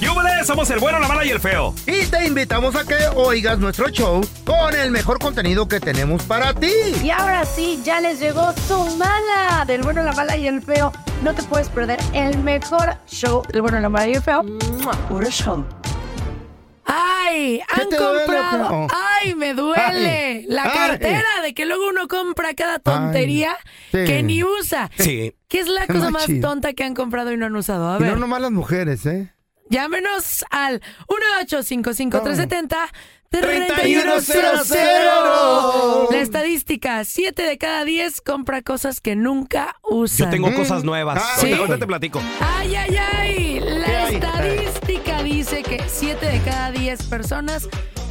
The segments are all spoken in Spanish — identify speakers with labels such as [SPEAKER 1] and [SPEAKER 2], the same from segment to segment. [SPEAKER 1] ¡Yúbele! Somos el bueno, la mala y el feo.
[SPEAKER 2] Y te invitamos a que oigas nuestro show con el mejor contenido que tenemos para ti.
[SPEAKER 3] Y ahora sí, ya les llegó su mala del bueno, la mala y el feo. No te puedes perder el mejor show del bueno, la mala y el feo. Puro show.
[SPEAKER 4] ¡Ay!
[SPEAKER 2] ¿Qué
[SPEAKER 4] Han
[SPEAKER 2] te duele,
[SPEAKER 4] comprado.
[SPEAKER 2] feo?
[SPEAKER 4] ¡Ay, me duele!
[SPEAKER 2] Ay,
[SPEAKER 4] la
[SPEAKER 2] ay.
[SPEAKER 4] cartera de que luego uno compra cada tontería
[SPEAKER 2] sí.
[SPEAKER 4] que ni usa.
[SPEAKER 1] Sí.
[SPEAKER 4] ¿Qué es la
[SPEAKER 2] Qué
[SPEAKER 4] cosa más
[SPEAKER 2] machín.
[SPEAKER 4] tonta que han comprado y no han usado? A
[SPEAKER 2] Y no
[SPEAKER 4] ver,
[SPEAKER 2] nomás las mujeres, ¿eh?
[SPEAKER 4] llámenos al 1855370
[SPEAKER 2] 3100.
[SPEAKER 4] La estadística, 7 de cada 10 compra cosas que nunca usan.
[SPEAKER 1] Yo tengo cosas nuevas.
[SPEAKER 2] Ah,
[SPEAKER 1] Ahorita,
[SPEAKER 4] ¿sí?
[SPEAKER 1] ahorita te platico.
[SPEAKER 4] Ay, ay, ay.
[SPEAKER 2] ¿Qué
[SPEAKER 4] La
[SPEAKER 2] hay?
[SPEAKER 4] estadística dice que 7 de cada 10 personas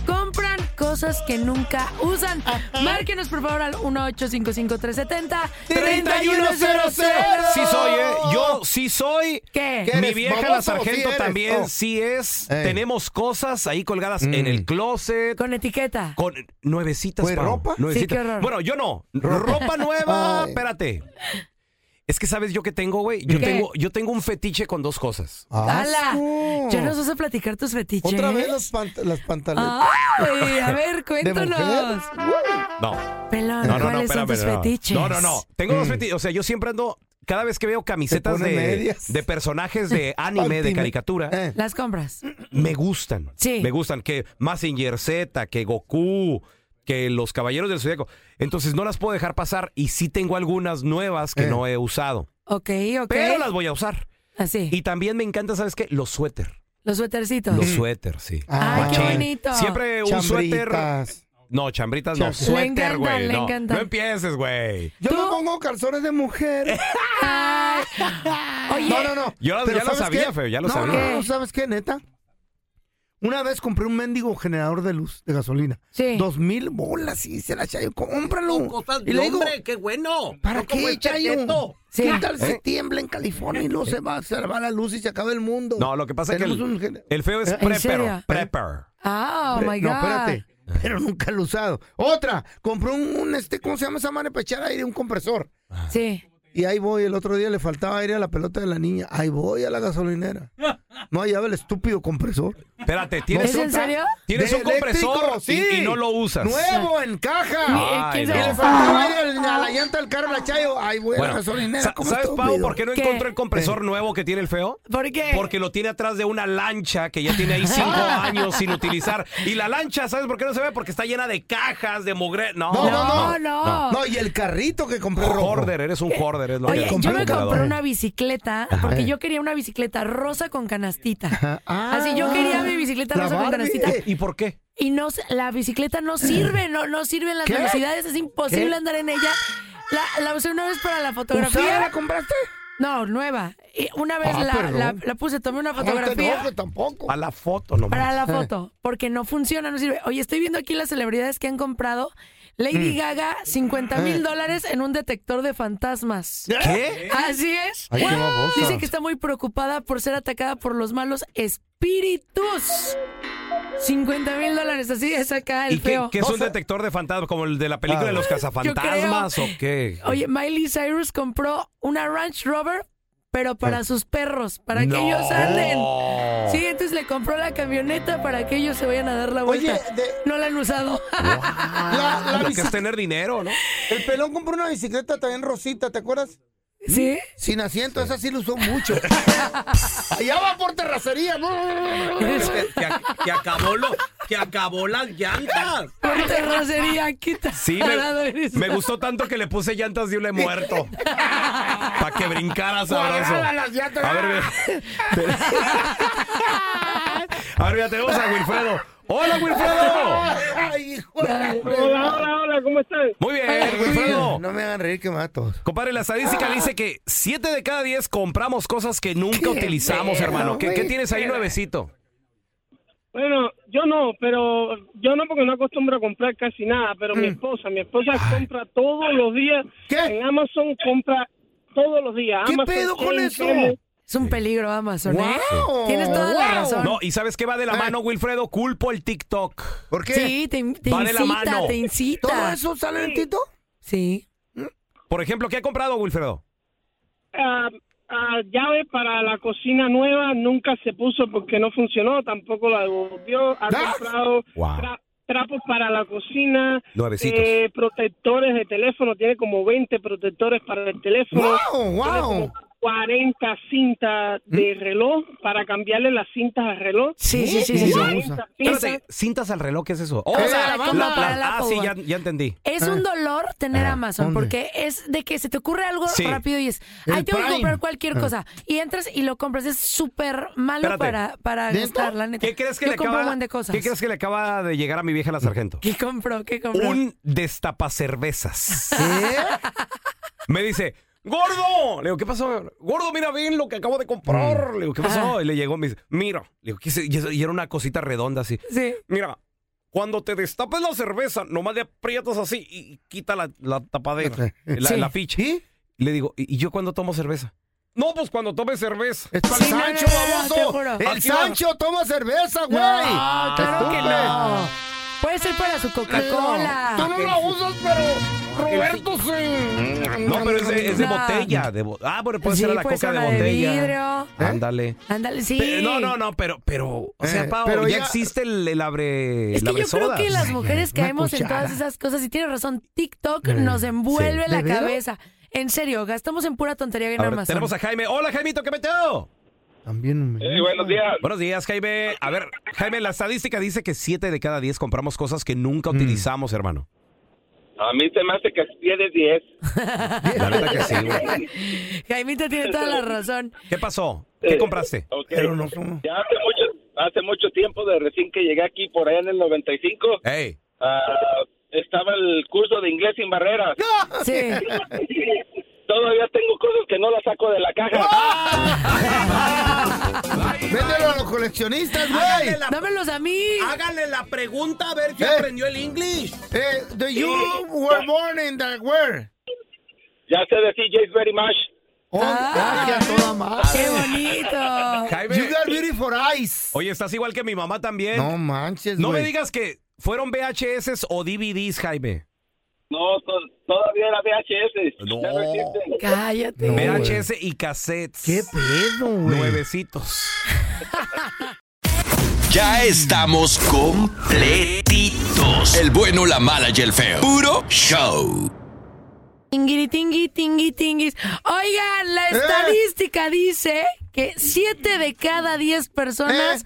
[SPEAKER 4] compran cosas que nunca usan. Márquenos, por favor, al 1855-370.
[SPEAKER 2] 3100.
[SPEAKER 1] Sí soy, ¿eh? Yo sí soy.
[SPEAKER 4] ¿Qué?
[SPEAKER 2] ¿Qué?
[SPEAKER 1] Mi
[SPEAKER 2] eres?
[SPEAKER 1] vieja,
[SPEAKER 2] ¿Baboso
[SPEAKER 1] la sargento,
[SPEAKER 2] o sí eres?
[SPEAKER 1] también
[SPEAKER 2] Oh.
[SPEAKER 1] sí es.
[SPEAKER 2] Ey.
[SPEAKER 1] Tenemos cosas ahí colgadas en el closet.
[SPEAKER 4] Mm. Con etiqueta. ¿Pues
[SPEAKER 1] Con nuevecitas.
[SPEAKER 2] ¿Fue
[SPEAKER 1] Pau,
[SPEAKER 2] ropa? Sí,
[SPEAKER 1] nuevecitas.
[SPEAKER 4] qué horror.
[SPEAKER 1] Bueno, yo no. Ropa nueva,
[SPEAKER 2] Ay.
[SPEAKER 1] espérate. Es que sabes yo qué tengo, güey. Yo
[SPEAKER 4] ¿Qué? Ah.
[SPEAKER 1] tengo, yo tengo un fetiche con dos cosas.
[SPEAKER 4] ¡Hala!
[SPEAKER 2] ¡Asco!
[SPEAKER 4] Ya nos vas a platicar tus fetiches.
[SPEAKER 2] Otra vez las, pant- las pantaletas.
[SPEAKER 4] Ay, a ver,
[SPEAKER 2] ¿De mujer?
[SPEAKER 4] cuéntanos.
[SPEAKER 1] No,
[SPEAKER 4] Pelón,
[SPEAKER 1] no, no, no,
[SPEAKER 4] ¿cuáles son
[SPEAKER 1] espérame,
[SPEAKER 4] tus
[SPEAKER 1] no.
[SPEAKER 4] fetiches? Mm.
[SPEAKER 1] No, no, no. Tengo dos fetiches. O sea, yo siempre ando. Cada vez que veo camisetas
[SPEAKER 2] pone
[SPEAKER 1] de,
[SPEAKER 2] medias.
[SPEAKER 1] de personajes de anime, de
[SPEAKER 2] Ultimate.
[SPEAKER 1] caricatura,
[SPEAKER 2] Eh.
[SPEAKER 4] Las compras.
[SPEAKER 1] me gustan.
[SPEAKER 4] Sí.
[SPEAKER 1] Me gustan. Que Mazinger Z, que Goku, que los Caballeros del Zodiaco. Entonces no las puedo dejar pasar y sí tengo algunas nuevas que
[SPEAKER 2] Eh.
[SPEAKER 1] no he usado.
[SPEAKER 4] Ok, ok.
[SPEAKER 1] Pero las voy a usar.
[SPEAKER 4] Así.
[SPEAKER 1] Y también me encanta, ¿sabes qué? Los suéter.
[SPEAKER 4] Los suétercitos.
[SPEAKER 1] Los suéter, sí.
[SPEAKER 4] Ay, qué
[SPEAKER 1] Machín.
[SPEAKER 4] bonito.
[SPEAKER 1] Siempre un suéter.
[SPEAKER 2] Chambritas.
[SPEAKER 1] No, chambritas no.
[SPEAKER 2] Le
[SPEAKER 1] Suéter,
[SPEAKER 4] encantan,
[SPEAKER 1] güey.
[SPEAKER 4] le
[SPEAKER 1] No.
[SPEAKER 4] encantan.
[SPEAKER 1] no empieces, güey.
[SPEAKER 2] Yo
[SPEAKER 4] ¿Tú?
[SPEAKER 2] me pongo calzones de mujer.
[SPEAKER 4] Ay. Oye,
[SPEAKER 2] No, no, no.
[SPEAKER 1] Yo lo-
[SPEAKER 2] Pero
[SPEAKER 1] ya lo
[SPEAKER 2] ¿sabes
[SPEAKER 1] sabía,
[SPEAKER 2] qué?
[SPEAKER 1] feo, ya lo
[SPEAKER 2] No,
[SPEAKER 1] sabía.
[SPEAKER 2] No, no, ¿sabes qué, neta? Una vez compré un mendigo generador de luz, de gasolina.
[SPEAKER 4] Sí.
[SPEAKER 2] Dos mil bolas y se la chayo. Cómpralo. y le digo,
[SPEAKER 1] qué bueno.
[SPEAKER 2] ¿para qué, chayo?
[SPEAKER 4] Sí.
[SPEAKER 2] ¿Qué tal
[SPEAKER 1] ¿Eh?
[SPEAKER 2] se tiembla en California y luego se va, se va la luz y se acaba el mundo?
[SPEAKER 1] No, lo que pasa es que
[SPEAKER 2] Tenemos un
[SPEAKER 1] el,
[SPEAKER 2] gener-
[SPEAKER 1] el feo es
[SPEAKER 2] ¿En
[SPEAKER 1] prepper.
[SPEAKER 4] Eh, serio?
[SPEAKER 1] Prepper.
[SPEAKER 4] Ah, oh
[SPEAKER 2] Pre-
[SPEAKER 4] my God.
[SPEAKER 2] No, espérate. Pero nunca lo he usado. Otra, compré un, un, este, ¿cómo se llama esa madre para echar aire? Un compresor.
[SPEAKER 4] Ah. Sí.
[SPEAKER 2] Y ahí voy, el otro día le faltaba aire a la pelota de la niña. Ahí voy a la gasolinera. No hallaba el estúpido compresor.
[SPEAKER 1] Espérate, ¿tienes
[SPEAKER 4] ¿Es
[SPEAKER 1] un
[SPEAKER 4] en serio?
[SPEAKER 1] Tienes
[SPEAKER 2] De
[SPEAKER 1] un compresor
[SPEAKER 2] eléctrico,
[SPEAKER 1] y- y, no lo usas.
[SPEAKER 2] Nuevo, en caja.
[SPEAKER 1] Ay,
[SPEAKER 4] ¿Quién
[SPEAKER 1] no.
[SPEAKER 4] sabe?
[SPEAKER 2] eh, Le faltaba aire al- a la llanta del carro, la chayo. Ahí voy a la
[SPEAKER 1] Bueno,
[SPEAKER 2] gasolinera.
[SPEAKER 1] sa-
[SPEAKER 2] como
[SPEAKER 1] ¿sabes, Pau,
[SPEAKER 2] estúpido.
[SPEAKER 1] por qué no
[SPEAKER 4] ¿Qué? Eh.
[SPEAKER 1] encontró el compresor nuevo que tiene el feo?
[SPEAKER 4] ¿Por qué?
[SPEAKER 1] Porque lo tiene atrás de una lancha que ya tiene ahí cinco años sin utilizar. Y la lancha, ¿sabes por qué no se ve? Porque está llena de cajas, de mugre. No,
[SPEAKER 2] No,
[SPEAKER 4] no, no.
[SPEAKER 2] No, y el carrito que compré rojo.
[SPEAKER 1] Horder, eres un hoarder. Es lo
[SPEAKER 4] Oye,
[SPEAKER 1] que
[SPEAKER 4] yo
[SPEAKER 2] compré
[SPEAKER 4] me
[SPEAKER 2] un cargador.
[SPEAKER 4] compré una bicicleta porque yo quería una bicicleta rosa con canastita.
[SPEAKER 2] Ah,
[SPEAKER 4] Así yo quería mi bicicleta
[SPEAKER 2] la
[SPEAKER 4] rosa con
[SPEAKER 2] Barbie.
[SPEAKER 4] canastita.
[SPEAKER 1] ¿Y por qué?
[SPEAKER 4] Y no, se- la bicicleta no sirve, no, no sirven las
[SPEAKER 2] ¿Qué?
[SPEAKER 4] velocidades, es imposible
[SPEAKER 2] ¿Qué?
[SPEAKER 4] andar en ella. La, la usé una vez para la
[SPEAKER 2] ¿Usada la
[SPEAKER 4] fotografía.
[SPEAKER 2] compraste?
[SPEAKER 4] No, nueva. Y una vez
[SPEAKER 2] Ah,
[SPEAKER 4] la,
[SPEAKER 2] perdón.
[SPEAKER 4] la- la puse, tomé
[SPEAKER 1] Ah,
[SPEAKER 4] una
[SPEAKER 2] No te
[SPEAKER 4] fotografía.
[SPEAKER 2] enojes tampoco.
[SPEAKER 1] A la foto nomás.
[SPEAKER 4] para la foto, porque no funciona, no sirve. Oye, estoy viendo aquí las celebridades que han comprado. Lady Gaga, 50 mil dólares en un detector de fantasmas.
[SPEAKER 1] ¿Qué?
[SPEAKER 4] Así es.
[SPEAKER 2] Ay, qué babosa.
[SPEAKER 4] Dice que está muy preocupada por ser atacada por los malos espíritus. 50 mil dólares, así es acá el
[SPEAKER 1] ¿Y qué,
[SPEAKER 4] feo.
[SPEAKER 1] qué es
[SPEAKER 2] O
[SPEAKER 1] un
[SPEAKER 2] sea-
[SPEAKER 1] detector de fantasmas? ¿Como el de la película de los cazafantasmas
[SPEAKER 4] Yo
[SPEAKER 1] o qué?
[SPEAKER 4] Oye, Miley Cyrus compró una Ranch Rover, pero para sus perros, para que ellos anden. Sí, entonces le compró la camioneta para que ellos se vayan a dar la
[SPEAKER 2] Oye,
[SPEAKER 4] vuelta.
[SPEAKER 2] de-
[SPEAKER 4] No la han usado.
[SPEAKER 2] la, la
[SPEAKER 1] Lo que
[SPEAKER 2] bici-
[SPEAKER 1] es tener dinero, ¿no?
[SPEAKER 2] el pelón compró una bicicleta también rosita, ¿te acuerdas?
[SPEAKER 4] ¿Sí?
[SPEAKER 2] Sin asiento, esa sí lo usó mucho. Allá va por terracería. no, no, no, no, no.
[SPEAKER 4] Eres
[SPEAKER 1] que, acabó que acabó las llantas.
[SPEAKER 4] por terracería, quita.
[SPEAKER 1] Sí,
[SPEAKER 4] Tarado
[SPEAKER 1] me,
[SPEAKER 4] eres.
[SPEAKER 1] me gustó tanto que le puse llantas de hule muerto. Para que brincaras
[SPEAKER 2] Guardadas
[SPEAKER 1] abrazo.
[SPEAKER 2] las llantas.
[SPEAKER 1] A ver, ve- a ver, ya tenemos a Wilfredo. ¡Hola, Wilfredo!
[SPEAKER 2] Ay, hijo de-
[SPEAKER 5] Hola, hola, hola, ¿cómo están?
[SPEAKER 1] Muy bien, Wilfredo.
[SPEAKER 2] No me hagan reír que mato.
[SPEAKER 1] Compadre, la estadística dice que 7 de cada 10 compramos cosas que nunca utilizamos, hermano. ¿Qué, qué tienes ahí nuevecito?
[SPEAKER 5] Bueno, yo no, pero yo no porque no acostumbro a comprar casi nada, pero mi esposa, mi esposa compra todos los días
[SPEAKER 2] Mm. ¿Qué?
[SPEAKER 5] en Amazon, compra todos los días.
[SPEAKER 2] ¿Qué
[SPEAKER 5] Amazon,
[SPEAKER 2] pedo con
[SPEAKER 5] Shane,
[SPEAKER 2] eso?
[SPEAKER 5] Temu.
[SPEAKER 4] Es un peligro Amazon, ¿eh?
[SPEAKER 2] Wow.
[SPEAKER 4] Tienes toda la
[SPEAKER 2] Wow. Eh.
[SPEAKER 4] razón.
[SPEAKER 1] No, ¿y sabes qué va de la mano, Wilfredo? Culpo el TikTok.
[SPEAKER 2] ¿Por qué?
[SPEAKER 4] Sí, te, in- te
[SPEAKER 1] Va de la mano.
[SPEAKER 4] incita, te incita.
[SPEAKER 2] ¿Todo eso sale en Tito?
[SPEAKER 4] Sí.
[SPEAKER 1] Por ejemplo, ¿qué ha comprado, Wilfredo?
[SPEAKER 5] Ah, ah, llave para la cocina nueva nunca se puso porque no funcionó, tampoco la devolvió. Ha
[SPEAKER 2] ¡Ah!
[SPEAKER 5] comprado
[SPEAKER 1] Wow.
[SPEAKER 5] tra- trapos para la cocina,
[SPEAKER 1] Nuevecitos.
[SPEAKER 5] eh, protectores de teléfono, tiene como 20 protectores para el teléfono.
[SPEAKER 2] ¡Wow!
[SPEAKER 5] Tiene
[SPEAKER 2] ¡Wow!
[SPEAKER 5] como 40 cintas
[SPEAKER 1] ¿Mm?
[SPEAKER 5] de reloj para cambiarle las cintas al reloj.
[SPEAKER 4] Sí, sí, sí, sí.
[SPEAKER 2] ¿Qué?
[SPEAKER 4] sí.
[SPEAKER 2] usa.
[SPEAKER 5] 40 cintas.
[SPEAKER 1] Espérate, cintas al reloj, ¿qué es eso? Oh,
[SPEAKER 4] O
[SPEAKER 1] o
[SPEAKER 4] sea,
[SPEAKER 1] sea,
[SPEAKER 4] la
[SPEAKER 1] la-
[SPEAKER 4] compra
[SPEAKER 1] la-
[SPEAKER 4] para la
[SPEAKER 1] ah, sí,
[SPEAKER 4] Apple
[SPEAKER 1] ya, ya entendí. Ah.
[SPEAKER 4] Es un dolor tener Amazon
[SPEAKER 2] ¿dónde?
[SPEAKER 4] porque es de que se te ocurre algo
[SPEAKER 1] Sí. Ah.
[SPEAKER 4] rápido y es,
[SPEAKER 2] El
[SPEAKER 4] ahí tengo que
[SPEAKER 2] Prime.
[SPEAKER 4] comprar cualquier cosa. Y entras y lo compras. Es súper malo
[SPEAKER 1] Espérate.
[SPEAKER 4] para, para
[SPEAKER 2] ¿Neta?
[SPEAKER 4] gastar, la neta.
[SPEAKER 1] ¿Qué crees que
[SPEAKER 4] Yo
[SPEAKER 1] le
[SPEAKER 4] compro
[SPEAKER 1] acaba?
[SPEAKER 4] un buen de cosas.
[SPEAKER 1] ¿Qué crees que le acaba de llegar a mi vieja la sargento?
[SPEAKER 4] ¿Qué compro? ¿Qué compro?
[SPEAKER 1] Un destapacervezas.
[SPEAKER 2] ¿Qué?
[SPEAKER 1] Me dice, ¡Gordo! Le digo, ¿qué pasó? Gordo, mira bien lo que acabo de
[SPEAKER 2] Mm.
[SPEAKER 1] comprar. Le digo, ¿qué pasó? Y le llegó, me dice, mira. Le digo, ¿qué es? Y eso- y era una cosita redonda así.
[SPEAKER 4] Sí.
[SPEAKER 1] Mira, cuando te destapes la cerveza, nomás le aprietas así y quita la, la tapadera, eh, la,
[SPEAKER 4] Sí.
[SPEAKER 1] la ficha. Le digo, ¿y y yo cuando tomo cerveza? No, pues cuando tome cerveza.
[SPEAKER 2] Es para
[SPEAKER 4] Sí,
[SPEAKER 2] el
[SPEAKER 4] no, no,
[SPEAKER 2] Sancho,
[SPEAKER 4] no, no, te juro.
[SPEAKER 2] baboso. El
[SPEAKER 1] Aquí va.
[SPEAKER 2] Sancho toma cerveza, güey.
[SPEAKER 4] No, claro que
[SPEAKER 2] Estúpido.
[SPEAKER 4] no. Puede ser para su Coca-Cola.
[SPEAKER 2] Tú no la usas, pero Roberto sí.
[SPEAKER 1] No, pero es de, es de
[SPEAKER 4] No.
[SPEAKER 1] botella. de bo- ah, pero puede
[SPEAKER 4] Sí,
[SPEAKER 1] ser a la
[SPEAKER 4] puede
[SPEAKER 1] coca
[SPEAKER 4] ser
[SPEAKER 1] de
[SPEAKER 4] la de
[SPEAKER 1] botella.
[SPEAKER 4] vidrio.
[SPEAKER 1] Ándale.
[SPEAKER 4] Ándale, sí.
[SPEAKER 1] Pe- no, no, no, pero, pero, o sea,
[SPEAKER 2] Eh,
[SPEAKER 1] Pao,
[SPEAKER 2] pero
[SPEAKER 1] ya,
[SPEAKER 2] ya-
[SPEAKER 1] existe el, el abre,
[SPEAKER 4] Es
[SPEAKER 1] el
[SPEAKER 4] que yo creo
[SPEAKER 1] abresodas.
[SPEAKER 4] que las mujeres
[SPEAKER 2] una
[SPEAKER 4] caemos en todas
[SPEAKER 2] cuchara.
[SPEAKER 4] esas cosas y tienes razón, TikTok
[SPEAKER 1] Eh,
[SPEAKER 4] nos envuelve
[SPEAKER 2] sí.
[SPEAKER 4] la
[SPEAKER 2] ¿De veras?
[SPEAKER 4] cabeza. En serio, gastamos en pura tontería en
[SPEAKER 1] A ver,
[SPEAKER 4] Amazon.
[SPEAKER 1] tenemos a Jaime. Hola, Jaimito, ¿qué meteo?
[SPEAKER 2] También me...
[SPEAKER 5] Eh, buenos días.
[SPEAKER 1] Buenos días, Jaime. A ver, Jaime, la estadística dice que 7 de cada 10 compramos cosas que nunca
[SPEAKER 2] Mm.
[SPEAKER 1] utilizamos, hermano.
[SPEAKER 5] A mí se me hace que 10 de 10.
[SPEAKER 1] La verdad que sí, güey.
[SPEAKER 4] Jaimito tiene toda la razón.
[SPEAKER 1] ¿Qué pasó? ¿Qué
[SPEAKER 5] Eh,
[SPEAKER 1] compraste?
[SPEAKER 5] ok.
[SPEAKER 2] Pero no somos...
[SPEAKER 5] Ya hace mucho, hace mucho tiempo, de recién que llegué aquí, por allá en el 95,
[SPEAKER 1] Ey,
[SPEAKER 5] ah, estaba el curso de inglés sin barreras.
[SPEAKER 4] Sí.
[SPEAKER 5] Todavía tengo cosas que no las saco de la caja.
[SPEAKER 2] ¡Ah! Véndelo a los coleccionistas, güey.
[SPEAKER 4] Dámelos a mí.
[SPEAKER 1] hágale la pregunta a ver
[SPEAKER 2] si aprendió
[SPEAKER 1] el inglés.
[SPEAKER 2] Eh, do you were born in Delaware?
[SPEAKER 5] Ya sé decir James very much.
[SPEAKER 2] Oh,
[SPEAKER 4] Ah.
[SPEAKER 2] ay, a toda madre.
[SPEAKER 4] ¡Qué bonito!
[SPEAKER 1] Jaime.
[SPEAKER 2] You got beautiful eyes.
[SPEAKER 1] Oye, estás igual que mi mamá también.
[SPEAKER 2] No
[SPEAKER 1] No,
[SPEAKER 2] manches,
[SPEAKER 1] me
[SPEAKER 2] güey.
[SPEAKER 1] digas que fueron VHS o DVDs, Jaime.
[SPEAKER 5] No, to- todavía era VHS.
[SPEAKER 1] No.
[SPEAKER 5] Ya existe.
[SPEAKER 4] Cállate.
[SPEAKER 2] No, güey.
[SPEAKER 1] VHS y cassettes.
[SPEAKER 2] ¿Qué pedo, güey?
[SPEAKER 1] Nuevecitos.
[SPEAKER 6] Ya estamos completitos. El bueno, la mala y el feo. Puro show.
[SPEAKER 4] Tingiri, tingui, tingui, tinguis. Oigan, la estadística dice que 7 de cada 10 personas
[SPEAKER 2] Eh.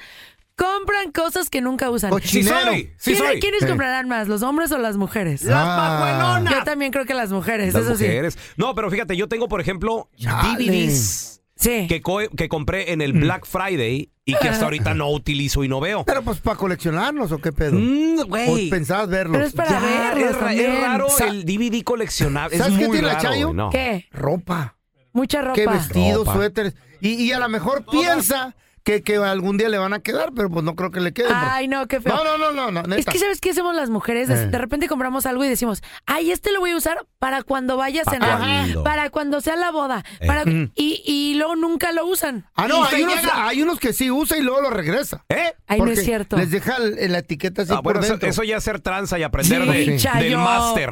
[SPEAKER 4] compran cosas que nunca usan.
[SPEAKER 1] Sí
[SPEAKER 2] Cochinero.
[SPEAKER 1] soy, sí
[SPEAKER 4] ¿Quién-
[SPEAKER 1] soy.
[SPEAKER 4] ¿Quiénes
[SPEAKER 2] Eh.
[SPEAKER 4] comprarán más, los hombres o las mujeres?
[SPEAKER 2] Ah.
[SPEAKER 4] Yo también creo que las mujeres,
[SPEAKER 1] Las
[SPEAKER 4] eso
[SPEAKER 1] mujeres. No, pero fíjate, yo tengo, por ejemplo,
[SPEAKER 2] Chale. Mm.
[SPEAKER 1] DVDs
[SPEAKER 4] sí. Sí.
[SPEAKER 1] que, co- que compré en el Black Friday y que
[SPEAKER 2] Ah.
[SPEAKER 1] hasta ahorita no utilizo y no veo.
[SPEAKER 2] Pero pues para coleccionarlos o qué pedo.
[SPEAKER 1] Mm,
[SPEAKER 2] Pues
[SPEAKER 1] güey.
[SPEAKER 2] pensabas verlos.
[SPEAKER 4] Pero es para
[SPEAKER 1] Ya,
[SPEAKER 4] verlos
[SPEAKER 1] es, ra- es
[SPEAKER 4] también.
[SPEAKER 1] raro
[SPEAKER 4] Sa-
[SPEAKER 1] el DVD coleccionable.
[SPEAKER 2] ¿Sabes
[SPEAKER 1] Ah, es
[SPEAKER 2] qué
[SPEAKER 1] muy
[SPEAKER 2] tiene la
[SPEAKER 1] raro,
[SPEAKER 2] Chayo?
[SPEAKER 1] güey, no. Ah,
[SPEAKER 4] ¿Qué?
[SPEAKER 2] Ropa.
[SPEAKER 4] Mucha
[SPEAKER 2] Qué
[SPEAKER 4] ropa.
[SPEAKER 2] vestidos,
[SPEAKER 1] Ropa.
[SPEAKER 2] suéteres. Y, y a lo mejor piensa que, que algún día le van a quedar, pero pues no creo que le queden.
[SPEAKER 4] Ay, no, qué
[SPEAKER 2] porque-
[SPEAKER 4] feo.
[SPEAKER 2] no, no, no, no, no,
[SPEAKER 4] Es
[SPEAKER 2] neta.
[SPEAKER 4] que ¿sabes qué hacemos las mujeres? De,
[SPEAKER 2] Eh.
[SPEAKER 4] de repente compramos algo y decimos, ay, este lo voy a usar para cuando vaya a
[SPEAKER 1] Pa'
[SPEAKER 4] cenar,
[SPEAKER 1] cuando.
[SPEAKER 4] para cuando sea la boda, para- y, y luego nunca lo usan.
[SPEAKER 2] Ah, no,
[SPEAKER 4] Y
[SPEAKER 2] hay
[SPEAKER 4] se
[SPEAKER 2] unos,
[SPEAKER 4] llega-
[SPEAKER 2] hay unos que sí usa y luego lo regresa.
[SPEAKER 1] ¿Eh?
[SPEAKER 4] Ay, no
[SPEAKER 2] Porque
[SPEAKER 4] es cierto.
[SPEAKER 2] Les deja el- la etiqueta así
[SPEAKER 1] Ah, bueno,
[SPEAKER 2] por
[SPEAKER 1] eso,
[SPEAKER 2] dentro.
[SPEAKER 1] eso ya es ser tranza y aprender
[SPEAKER 4] Sí,
[SPEAKER 1] de-
[SPEAKER 4] Chayo.
[SPEAKER 1] del máster.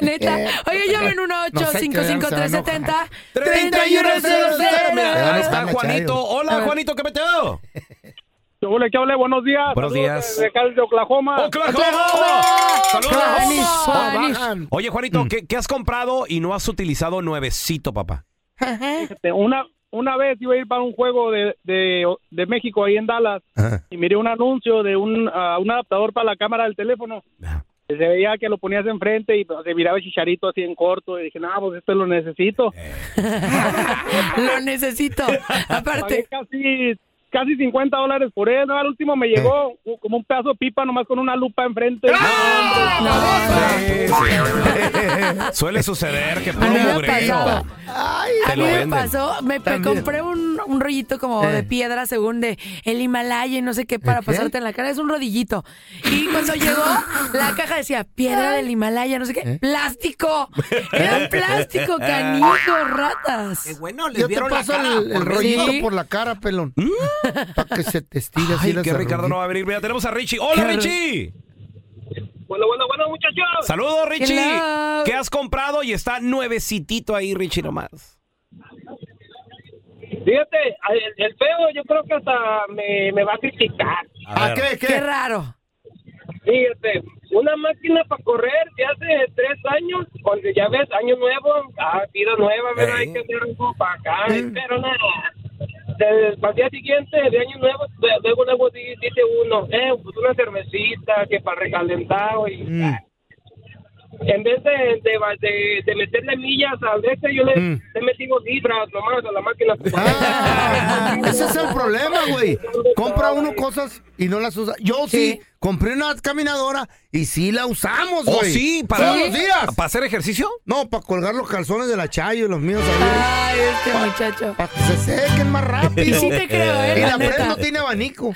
[SPEAKER 4] Neta.
[SPEAKER 2] Eh,
[SPEAKER 4] Oye, llamen
[SPEAKER 2] no sé qué, se van a
[SPEAKER 4] 1-855-370.
[SPEAKER 2] enojar.
[SPEAKER 4] 3100.
[SPEAKER 1] Mira, ahí
[SPEAKER 2] Ah,
[SPEAKER 1] está
[SPEAKER 2] la
[SPEAKER 1] Juanito.
[SPEAKER 2] Chayo.
[SPEAKER 1] Hola, Juanito, ¿qué meteo?
[SPEAKER 5] ¿Qué ole, qué ole? Buenos días.
[SPEAKER 1] Buenos días.
[SPEAKER 5] De, de acá, de Oklahoma.
[SPEAKER 1] ¡Oklahoma!
[SPEAKER 2] Juanis,
[SPEAKER 1] ¡Saludos!
[SPEAKER 2] Juanis.
[SPEAKER 1] Oye,
[SPEAKER 4] Mm.
[SPEAKER 1] Juanito, ¿qué, qué has comprado y no has utilizado nuevecito, papá?
[SPEAKER 5] Este, Una, una vez iba a ir para un juego de, de, de México ahí en Dallas
[SPEAKER 2] Ajá.
[SPEAKER 5] y miré un anuncio de un, ah, un adaptador para la cámara del teléfono. Se veía que lo ponías enfrente y pues, se miraba el chicharito así en corto. Y dije, no, pues esto lo necesito.
[SPEAKER 4] Lo necesito.
[SPEAKER 5] Pagué
[SPEAKER 4] Aparte.
[SPEAKER 5] casi, casi 50 dólares por él. No, al último me llegó u- como un pedazo de pipa nomás con una lupa enfrente.
[SPEAKER 1] Sí, sí. Suele suceder que puro
[SPEAKER 4] A mí me
[SPEAKER 1] mugrero.
[SPEAKER 4] pasaba.
[SPEAKER 1] Te
[SPEAKER 4] A mí
[SPEAKER 1] lo
[SPEAKER 4] me
[SPEAKER 1] venden.
[SPEAKER 4] pasó, me pe-
[SPEAKER 2] También.
[SPEAKER 4] compré un, un rollito como de
[SPEAKER 2] Eh.
[SPEAKER 4] piedra, según de el Himalaya y no sé qué, para
[SPEAKER 2] ¿Qué?
[SPEAKER 4] pasarte en la cara. Es un rodillito. Y cuando llegó, la caja decía piedra del Himalaya, no sé qué.
[SPEAKER 2] ¿Eh?
[SPEAKER 4] ¡Plástico! Era un plástico, canijo, ratas.
[SPEAKER 1] bueno,
[SPEAKER 2] Yo te paso el, el rollito
[SPEAKER 4] Sí.
[SPEAKER 2] por la cara, pelón. Para que se te estire así
[SPEAKER 1] ¿Mm? Ay,
[SPEAKER 2] las
[SPEAKER 1] que Ricardo no va a venir. Mira, tenemos a Richie. ¡Hola, Richie!
[SPEAKER 5] Bueno, bueno, bueno, muchachos.
[SPEAKER 1] Saludos, Richie.
[SPEAKER 4] Hello.
[SPEAKER 1] ¿Qué has comprado? Y está nuevecitito ahí, Richie, nomás.
[SPEAKER 5] Fíjate, el, el feo yo creo que hasta me, me va a criticar.
[SPEAKER 1] A ver.
[SPEAKER 2] qué?
[SPEAKER 4] Qué raro.
[SPEAKER 5] Fíjate, una máquina para correr de hace tres años, cuando ya ves, año nuevo, ah, vida nueva, ¿verdad?
[SPEAKER 1] Ey.
[SPEAKER 5] Hay que hacer algo para acá, ¿eh? pero nada. Del, para el día siguiente, de año nuevo, de- luego, luego di- dice uno, eh, pues una cervecita que para recalentar y...
[SPEAKER 2] Mm.
[SPEAKER 5] ah. En vez de, de, de- de meterle millas al de este, yo le,
[SPEAKER 2] Mm.
[SPEAKER 5] le metí dos libras nomás a la máquina.
[SPEAKER 2] Ah, ese es el problema, güey. Compra uno cosas y no las usa. Yo sí,
[SPEAKER 4] Sí.
[SPEAKER 2] compré una caminadora y sí la usamos, güey.
[SPEAKER 1] Oh, sí, para,
[SPEAKER 2] Todos los días.
[SPEAKER 1] ¿Para hacer ejercicio?
[SPEAKER 2] No, para colgar los calzones de la Chayo y los míos ahí.
[SPEAKER 4] Ay, este muchacho.
[SPEAKER 2] Para que se sequen más rápido.
[SPEAKER 4] Y sí te creo, eh,
[SPEAKER 2] Y
[SPEAKER 4] la
[SPEAKER 2] la
[SPEAKER 4] neta.
[SPEAKER 2] prenda no tiene abanico.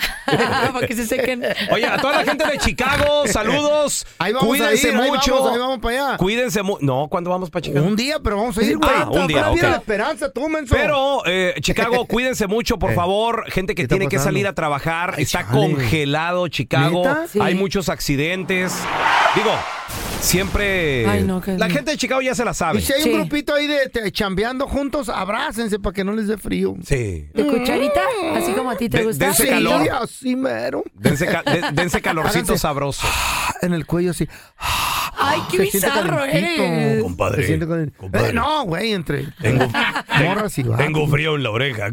[SPEAKER 4] Para que se sequen.
[SPEAKER 1] Oye, a toda la gente de Chicago, saludos.
[SPEAKER 2] Ahí vamos a
[SPEAKER 1] Cuídense
[SPEAKER 2] ir, ahí
[SPEAKER 1] mucho.
[SPEAKER 2] vamos, ahí vamos para allá.
[SPEAKER 1] Cuídense mucho. No, ¿cuándo vamos para Chicago?
[SPEAKER 2] Un día, pero vamos a ir, güey.
[SPEAKER 1] Ah, un día,
[SPEAKER 2] Todavía
[SPEAKER 1] ok.
[SPEAKER 2] la esperanza, tú, menso.
[SPEAKER 1] Pero, eh, Chicago, cuídense mucho, por favor. Gente
[SPEAKER 2] Eh, ¿Qué
[SPEAKER 1] que
[SPEAKER 2] está
[SPEAKER 1] tiene que
[SPEAKER 2] pasando?
[SPEAKER 1] salir a trabajar.
[SPEAKER 2] Ay,
[SPEAKER 1] está
[SPEAKER 2] chale.
[SPEAKER 1] congelado Chicago.
[SPEAKER 2] ¿Neta?
[SPEAKER 4] Sí.
[SPEAKER 1] Hay muchos accidentes. Digo, siempre...
[SPEAKER 4] Ay, no, que-
[SPEAKER 1] la gente de Chicago ya se la sabe.
[SPEAKER 2] Y si hay
[SPEAKER 4] Sí.
[SPEAKER 2] un grupito ahí de, de chambeando juntos, abrácense para que no les dé frío.
[SPEAKER 1] Sí.
[SPEAKER 7] Mm.
[SPEAKER 4] ¿De cucharita? Así como a ti te
[SPEAKER 1] De-
[SPEAKER 4] gusta.
[SPEAKER 1] dense
[SPEAKER 2] Sí,
[SPEAKER 1] calor.
[SPEAKER 2] así mero.
[SPEAKER 1] Dense, ca- de- dense calorcito
[SPEAKER 2] Háganse.
[SPEAKER 1] sabroso.
[SPEAKER 2] En el cuello así.
[SPEAKER 4] Ay, qué
[SPEAKER 2] Se siente
[SPEAKER 4] bizarro
[SPEAKER 2] calentito.
[SPEAKER 4] eres.
[SPEAKER 1] Compadre,
[SPEAKER 2] Se siente calen-
[SPEAKER 1] compadre.
[SPEAKER 2] Eh, no, güey, entre
[SPEAKER 1] Tengo-
[SPEAKER 2] morras y vatos.
[SPEAKER 1] frío en la oreja.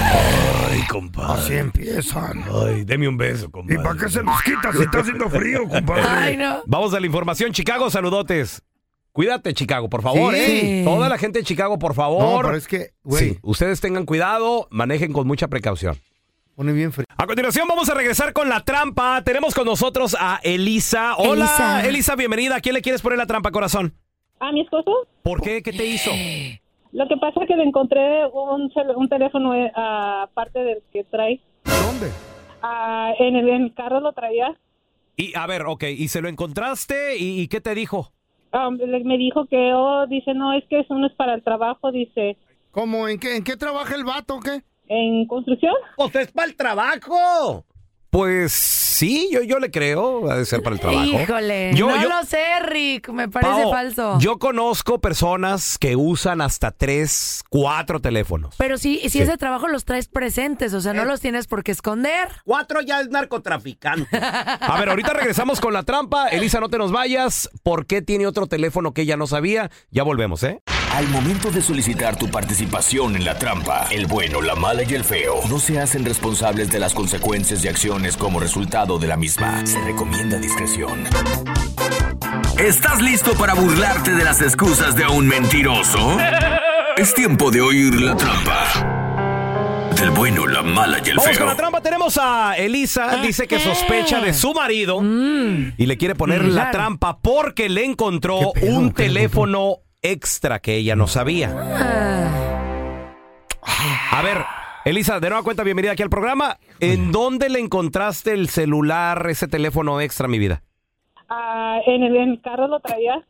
[SPEAKER 1] Ay,
[SPEAKER 2] Así
[SPEAKER 1] compadre.
[SPEAKER 2] empiezan.
[SPEAKER 1] Ay, deme un beso, compadre.
[SPEAKER 2] los quita si está haciendo frío, compadre?
[SPEAKER 4] Ay, no.
[SPEAKER 1] Vamos a la información, Chicago, saludotes. Cuídate, Chicago, por favor,
[SPEAKER 2] Sí.
[SPEAKER 1] ¿eh? Toda la gente de Chicago, por
[SPEAKER 2] No,
[SPEAKER 1] favor.
[SPEAKER 2] pero es que, güey,
[SPEAKER 1] Sí, ustedes tengan cuidado, manejen con mucha precaución.
[SPEAKER 2] pone bien frío.
[SPEAKER 1] A continuación vamos a regresar con la trampa. Tenemos con nosotros a Elisa. Hola, Elisa,
[SPEAKER 4] Elisa.
[SPEAKER 1] bienvenida. ¿A quién le quieres poner la trampa, corazón?
[SPEAKER 7] A mi esposo,
[SPEAKER 1] ¿Por qué? ¿Qué te hizo?
[SPEAKER 7] lo que pasa es que le encontré un, cel- un teléfono eh, aparte del que trae.
[SPEAKER 2] ¿Dónde?
[SPEAKER 7] Ah, en, el, en el carro lo traía.
[SPEAKER 1] Y a ver, ok, ¿y se lo encontraste? ¿Y, y qué te dijo?
[SPEAKER 7] Ah, le- me dijo que, oh, dice, no, es que eso no es para el trabajo, dice,
[SPEAKER 2] ¿Cómo? ¿En qué, en qué trabaja el vato o qué?
[SPEAKER 7] en construcción.
[SPEAKER 1] Pues es para el trabajo. Pues sí, yo, yo le creo, ha de ser para el trabajo.
[SPEAKER 4] Híjole.
[SPEAKER 1] Yo-
[SPEAKER 4] no
[SPEAKER 1] yo-
[SPEAKER 4] lo sé, Rick. Me parece
[SPEAKER 1] Pao,
[SPEAKER 4] falso.
[SPEAKER 1] Yo conozco personas que usan hasta tres, cuatro teléfonos.
[SPEAKER 4] Pero sí, si
[SPEAKER 1] Sí. Eh.
[SPEAKER 4] es de trabajo, los traes presentes. O sea, no los tienes por qué esconder.
[SPEAKER 1] Cuatro ya es narcotraficante. A ver, ahorita regresamos con la trampa. Elisa, no te nos vayas. ¿Por qué tiene otro teléfono que ella no sabía? Ya volvemos, ¿eh?
[SPEAKER 6] Al momento de solicitar tu participación en la trampa, el bueno, la mala y el feo no se hacen responsables de las consecuencias y acciones como resultado de la misma. Se recomienda discreción. ¿Estás listo para burlarte de las excusas de un mentiroso? Es tiempo de oír la trampa. Del bueno, la mala y el
[SPEAKER 1] Vamos con la
[SPEAKER 6] feo.
[SPEAKER 1] trampa. Tenemos a Elisa. Dice que sospecha de su marido y le quiere poner
[SPEAKER 4] Ah, Mm,
[SPEAKER 1] la
[SPEAKER 4] claro.
[SPEAKER 1] trampa porque le encontró
[SPEAKER 2] ¿Qué pedo?
[SPEAKER 1] un
[SPEAKER 2] ¿Qué le
[SPEAKER 1] teléfono extra que ella no sabía.
[SPEAKER 4] Ah,
[SPEAKER 1] A ver, Elisa, de nueva cuenta, bienvenida aquí al programa. ¿En dónde le encontraste el celular, ese teléfono extra, mi vida?
[SPEAKER 7] Ah, en, el, en el carro lo traía.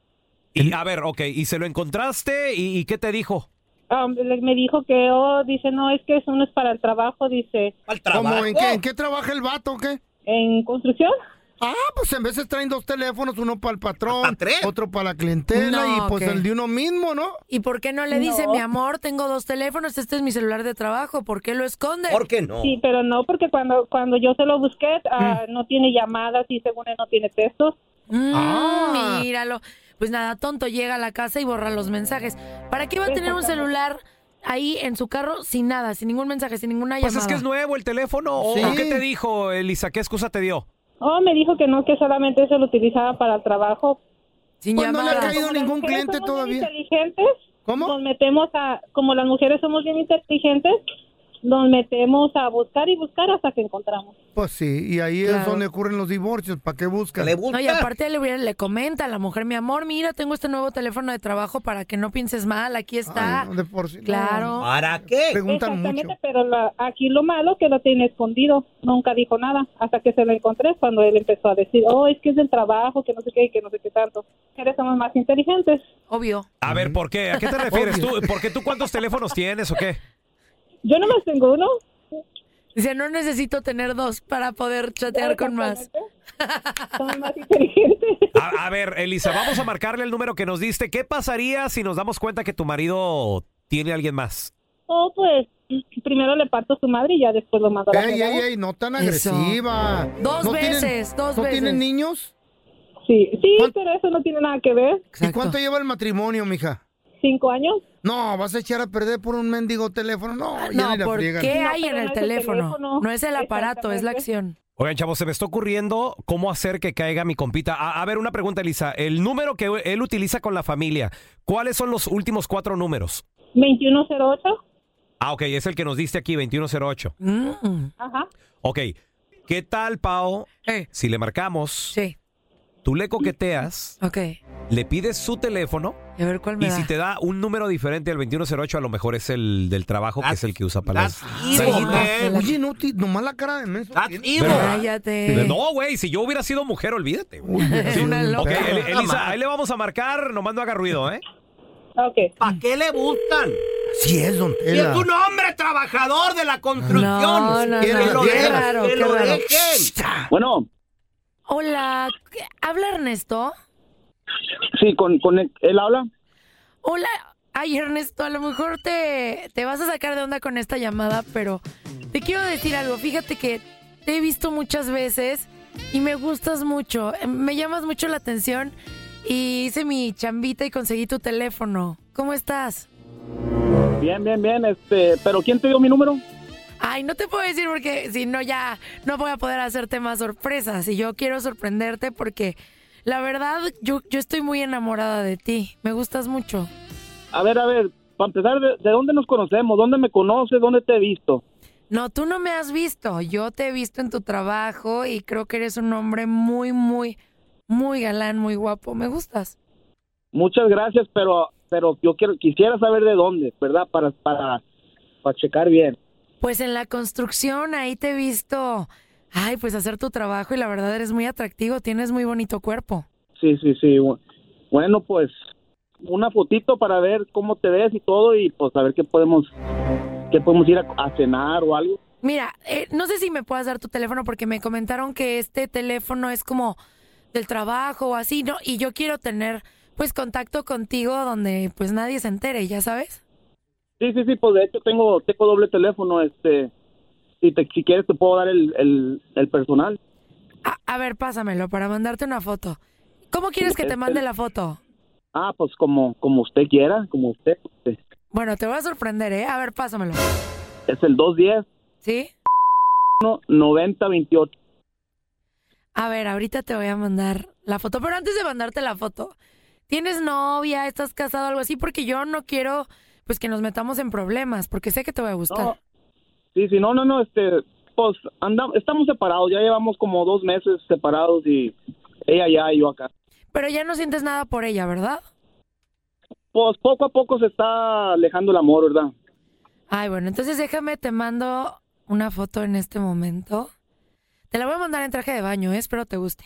[SPEAKER 1] Y, a ver, ok, ¿y se lo encontraste? ¿Y, y qué te dijo?
[SPEAKER 7] Ah, le- me dijo que, oh, dice, no, es que eso no es para el trabajo, dice,
[SPEAKER 2] ¿Cómo? ¿En qué, en qué trabaja el vato o qué?
[SPEAKER 7] en construcción.
[SPEAKER 2] Ah, pues en veces traen dos teléfonos, uno para el patrón, otro para la clientela
[SPEAKER 4] No,
[SPEAKER 2] y pues
[SPEAKER 4] ok.
[SPEAKER 2] el de uno mismo, ¿no?
[SPEAKER 4] ¿Y por qué no le dice, mi amor, tengo dos teléfonos, este es mi celular de trabajo? ¿Por qué lo esconde?
[SPEAKER 1] qué no?
[SPEAKER 7] Sí, pero no, porque cuando, cuando yo se lo busqué, ah, no tiene llamadas y según él no tiene textos.
[SPEAKER 4] Mm,
[SPEAKER 2] Ah.
[SPEAKER 4] Míralo. Pues nada, tonto, llega a la casa y borra los mensajes. ¿Para qué va a tener un celular ahí en su carro sin nada, sin ningún mensaje, sin ninguna
[SPEAKER 1] Pues
[SPEAKER 4] llamada?
[SPEAKER 1] es que es nuevo el teléfono. ¿O
[SPEAKER 2] Sí.
[SPEAKER 1] o qué te dijo, Elisa? ¿Qué excusa te dio?
[SPEAKER 7] Oh, me dijo que no, que solamente se lo utilizaba para el trabajo.
[SPEAKER 4] Sin
[SPEAKER 2] Pues no le ha
[SPEAKER 4] llamadas.
[SPEAKER 2] caído
[SPEAKER 7] Como las
[SPEAKER 2] ningún
[SPEAKER 7] mujeres
[SPEAKER 2] cliente
[SPEAKER 7] somos bien
[SPEAKER 2] todavía.
[SPEAKER 7] inteligentes.
[SPEAKER 2] ¿Cómo?
[SPEAKER 7] Nos metemos a, como las mujeres somos bien inteligentes, nos metemos a buscar y buscar hasta que encontramos.
[SPEAKER 2] Pues sí, y ahí es
[SPEAKER 4] Claro.
[SPEAKER 2] donde ocurren los divorcios. ¿Para qué buscan?
[SPEAKER 4] No, y aparte le, hubiera- le comenta a la mujer, mi amor, mira, tengo este nuevo teléfono de trabajo para que no pienses mal, aquí está.
[SPEAKER 2] Ay, no, de por sí, no.
[SPEAKER 4] claro.
[SPEAKER 1] ¿Para qué?
[SPEAKER 2] Preguntan
[SPEAKER 7] Exactamente,
[SPEAKER 2] mucho.
[SPEAKER 7] pero la- aquí lo malo que lo tiene escondido. Nunca dijo nada hasta que se lo encontré cuando él empezó a decir, oh, es que es del trabajo, que no sé qué, que no sé qué tanto. Mujeres somos más inteligentes.
[SPEAKER 4] Obvio.
[SPEAKER 1] A ver, ¿por qué? ¿A qué te refieres tú? ¿Por qué tú cuántos teléfonos tienes o qué?
[SPEAKER 7] Yo no más tengo uno.
[SPEAKER 4] Dice, no necesito tener dos para poder chatear con más.
[SPEAKER 7] Somos más inteligentes.
[SPEAKER 1] A, a ver, Elisa, vamos a marcarle el número que nos diste. ¿Qué pasaría si nos damos cuenta que tu marido tiene a alguien más?
[SPEAKER 7] O pues primero le parto a su madre y ya después lo mando a la
[SPEAKER 2] Ey,
[SPEAKER 7] fregada.
[SPEAKER 2] ey, ey, no tan
[SPEAKER 4] Eso.
[SPEAKER 2] agresiva.
[SPEAKER 4] Dos
[SPEAKER 2] ¿No tienen-
[SPEAKER 4] veces, dos
[SPEAKER 2] ¿No
[SPEAKER 4] veces.
[SPEAKER 2] tienen niños?
[SPEAKER 7] Sí, sí,
[SPEAKER 2] ¿Cuán-
[SPEAKER 7] pero eso no tiene nada que ver.
[SPEAKER 2] ¿Y cuánto lleva el matrimonio, mija?
[SPEAKER 7] Cinco años.
[SPEAKER 2] No, vas a echar a perder por un mendigo teléfono. No, ya
[SPEAKER 4] No,
[SPEAKER 2] ni la
[SPEAKER 4] ¿por
[SPEAKER 2] friegan.
[SPEAKER 4] qué
[SPEAKER 7] No,
[SPEAKER 4] hay en
[SPEAKER 7] pero
[SPEAKER 4] el
[SPEAKER 7] no es el
[SPEAKER 4] teléfono?
[SPEAKER 7] teléfono.
[SPEAKER 4] No es el aparato, es la
[SPEAKER 7] Exactamente.
[SPEAKER 4] acción.
[SPEAKER 1] Oigan, chavos, se me está ocurriendo cómo hacer que caiga mi compita. A, a ver, una pregunta, Elisa. El número que él utiliza con la familia, ¿cuáles son los últimos cuatro números?
[SPEAKER 7] 2108.
[SPEAKER 1] Ah, ok, es el que nos diste aquí, 2108.
[SPEAKER 4] Mm.
[SPEAKER 7] Ajá.
[SPEAKER 1] Ok, ¿qué tal, Pao?
[SPEAKER 4] Eh,
[SPEAKER 1] Si le marcamos,
[SPEAKER 4] sí,
[SPEAKER 1] tú le coqueteas,
[SPEAKER 4] ok.
[SPEAKER 1] le pides su teléfono
[SPEAKER 4] A ver cuál me
[SPEAKER 1] y
[SPEAKER 4] da.
[SPEAKER 1] si te da un número diferente al 2108, a lo mejor es el del trabajo, que es el que usa para las...
[SPEAKER 4] evil,
[SPEAKER 1] Pero-
[SPEAKER 4] man.
[SPEAKER 2] Oye, Ah, no, ti- nomás la cara de menso. tiene.
[SPEAKER 4] Cállate.
[SPEAKER 1] No, güey, si yo hubiera sido mujer, olvídate. güey.
[SPEAKER 2] Uy,
[SPEAKER 4] Es una
[SPEAKER 2] un
[SPEAKER 1] Ok,
[SPEAKER 4] loca.
[SPEAKER 2] perro.
[SPEAKER 1] El- Elisa, ahí le vamos a marcar, nomás no haga ruido, ¿eh?
[SPEAKER 7] Ok.
[SPEAKER 8] ¿Para qué le buscan?
[SPEAKER 2] Sí es, don
[SPEAKER 8] Si es
[SPEAKER 2] Tela.
[SPEAKER 8] un hombre trabajador de la construcción.
[SPEAKER 4] No, no, no,
[SPEAKER 8] que lo,
[SPEAKER 2] qué
[SPEAKER 8] dejen,
[SPEAKER 4] raro,
[SPEAKER 8] que
[SPEAKER 4] qué
[SPEAKER 8] lo
[SPEAKER 4] raro.
[SPEAKER 8] dejen.
[SPEAKER 9] Bueno,
[SPEAKER 4] Hola, ¿qué- ¿habla Ernesto?
[SPEAKER 9] sí, con, con él, él habla.
[SPEAKER 4] Hola. Ay, Ernesto, a lo mejor te, te vas a sacar de onda con esta llamada, pero te quiero decir algo. Fíjate que te he visto muchas veces y me gustas mucho. Eh, Me llamas mucho la atención y hice mi chambita y conseguí tu teléfono. ¿Cómo estás?
[SPEAKER 9] Bien, bien, bien. Este, pero ¿quién te dio mi número?
[SPEAKER 4] Ay, no te puedo decir porque si no ya no voy a poder hacerte más sorpresas. Y yo quiero sorprenderte porque la verdad yo, yo estoy muy enamorada de ti. Me gustas mucho.
[SPEAKER 9] A ver, a ver, para empezar, ¿de, de dónde nos conocemos? ¿Dónde me conoces? ¿Dónde te he visto?
[SPEAKER 4] No, tú no me has visto. Yo te he visto en tu trabajo y creo que eres un hombre muy, muy, muy galán, muy guapo. Me gustas.
[SPEAKER 9] Muchas gracias, pero, pero yo quiero, quisiera saber de dónde, ¿verdad? Para, para, para checar bien.
[SPEAKER 4] Pues en la construcción ahí te he visto. Ay, pues hacer tu trabajo y la verdad eres muy atractivo. Tienes muy bonito cuerpo.
[SPEAKER 9] Sí, sí, sí. bu- Bueno, pues una fotito para ver cómo te ves y todo y pues a ver qué podemos, qué podemos ir a, a cenar o algo.
[SPEAKER 4] Mira, eh, no sé si me puedas dar tu teléfono porque me comentaron que este teléfono es como del trabajo o así, ¿no? Y yo quiero tener pues contacto contigo donde pues nadie se entere, ya sabes.
[SPEAKER 9] Sí, sí, sí, pues de hecho tengo, tengo doble teléfono, este, si, te, si quieres te puedo dar el, el, el personal.
[SPEAKER 4] A, a ver, pásamelo para mandarte una foto. ¿Cómo quieres que te mande la foto?
[SPEAKER 9] Ah, pues como, como usted quiera, como usted. este,
[SPEAKER 4] Bueno, te voy a sorprender, ¿eh? A ver, pásamelo.
[SPEAKER 9] Es el 210
[SPEAKER 4] ¿Sí?
[SPEAKER 9] 9028.
[SPEAKER 4] A ver, ahorita te voy a mandar la foto, pero antes de mandarte la foto, ¿tienes novia? ¿Estás casado? Algo así, porque yo no quiero pues que nos metamos en problemas, porque sé que te voy a gustar.
[SPEAKER 9] No, sí, sí, no, no, no, este, pues andamos, estamos separados, ya llevamos como dos meses separados y ella allá y yo acá.
[SPEAKER 4] Pero ya no sientes nada por ella, ¿verdad?
[SPEAKER 9] Pues poco a poco se está alejando el amor, ¿verdad?
[SPEAKER 4] Ay, bueno, entonces déjame, te mando una foto en este momento. Te la voy a mandar en traje de baño, ¿eh? espero te guste.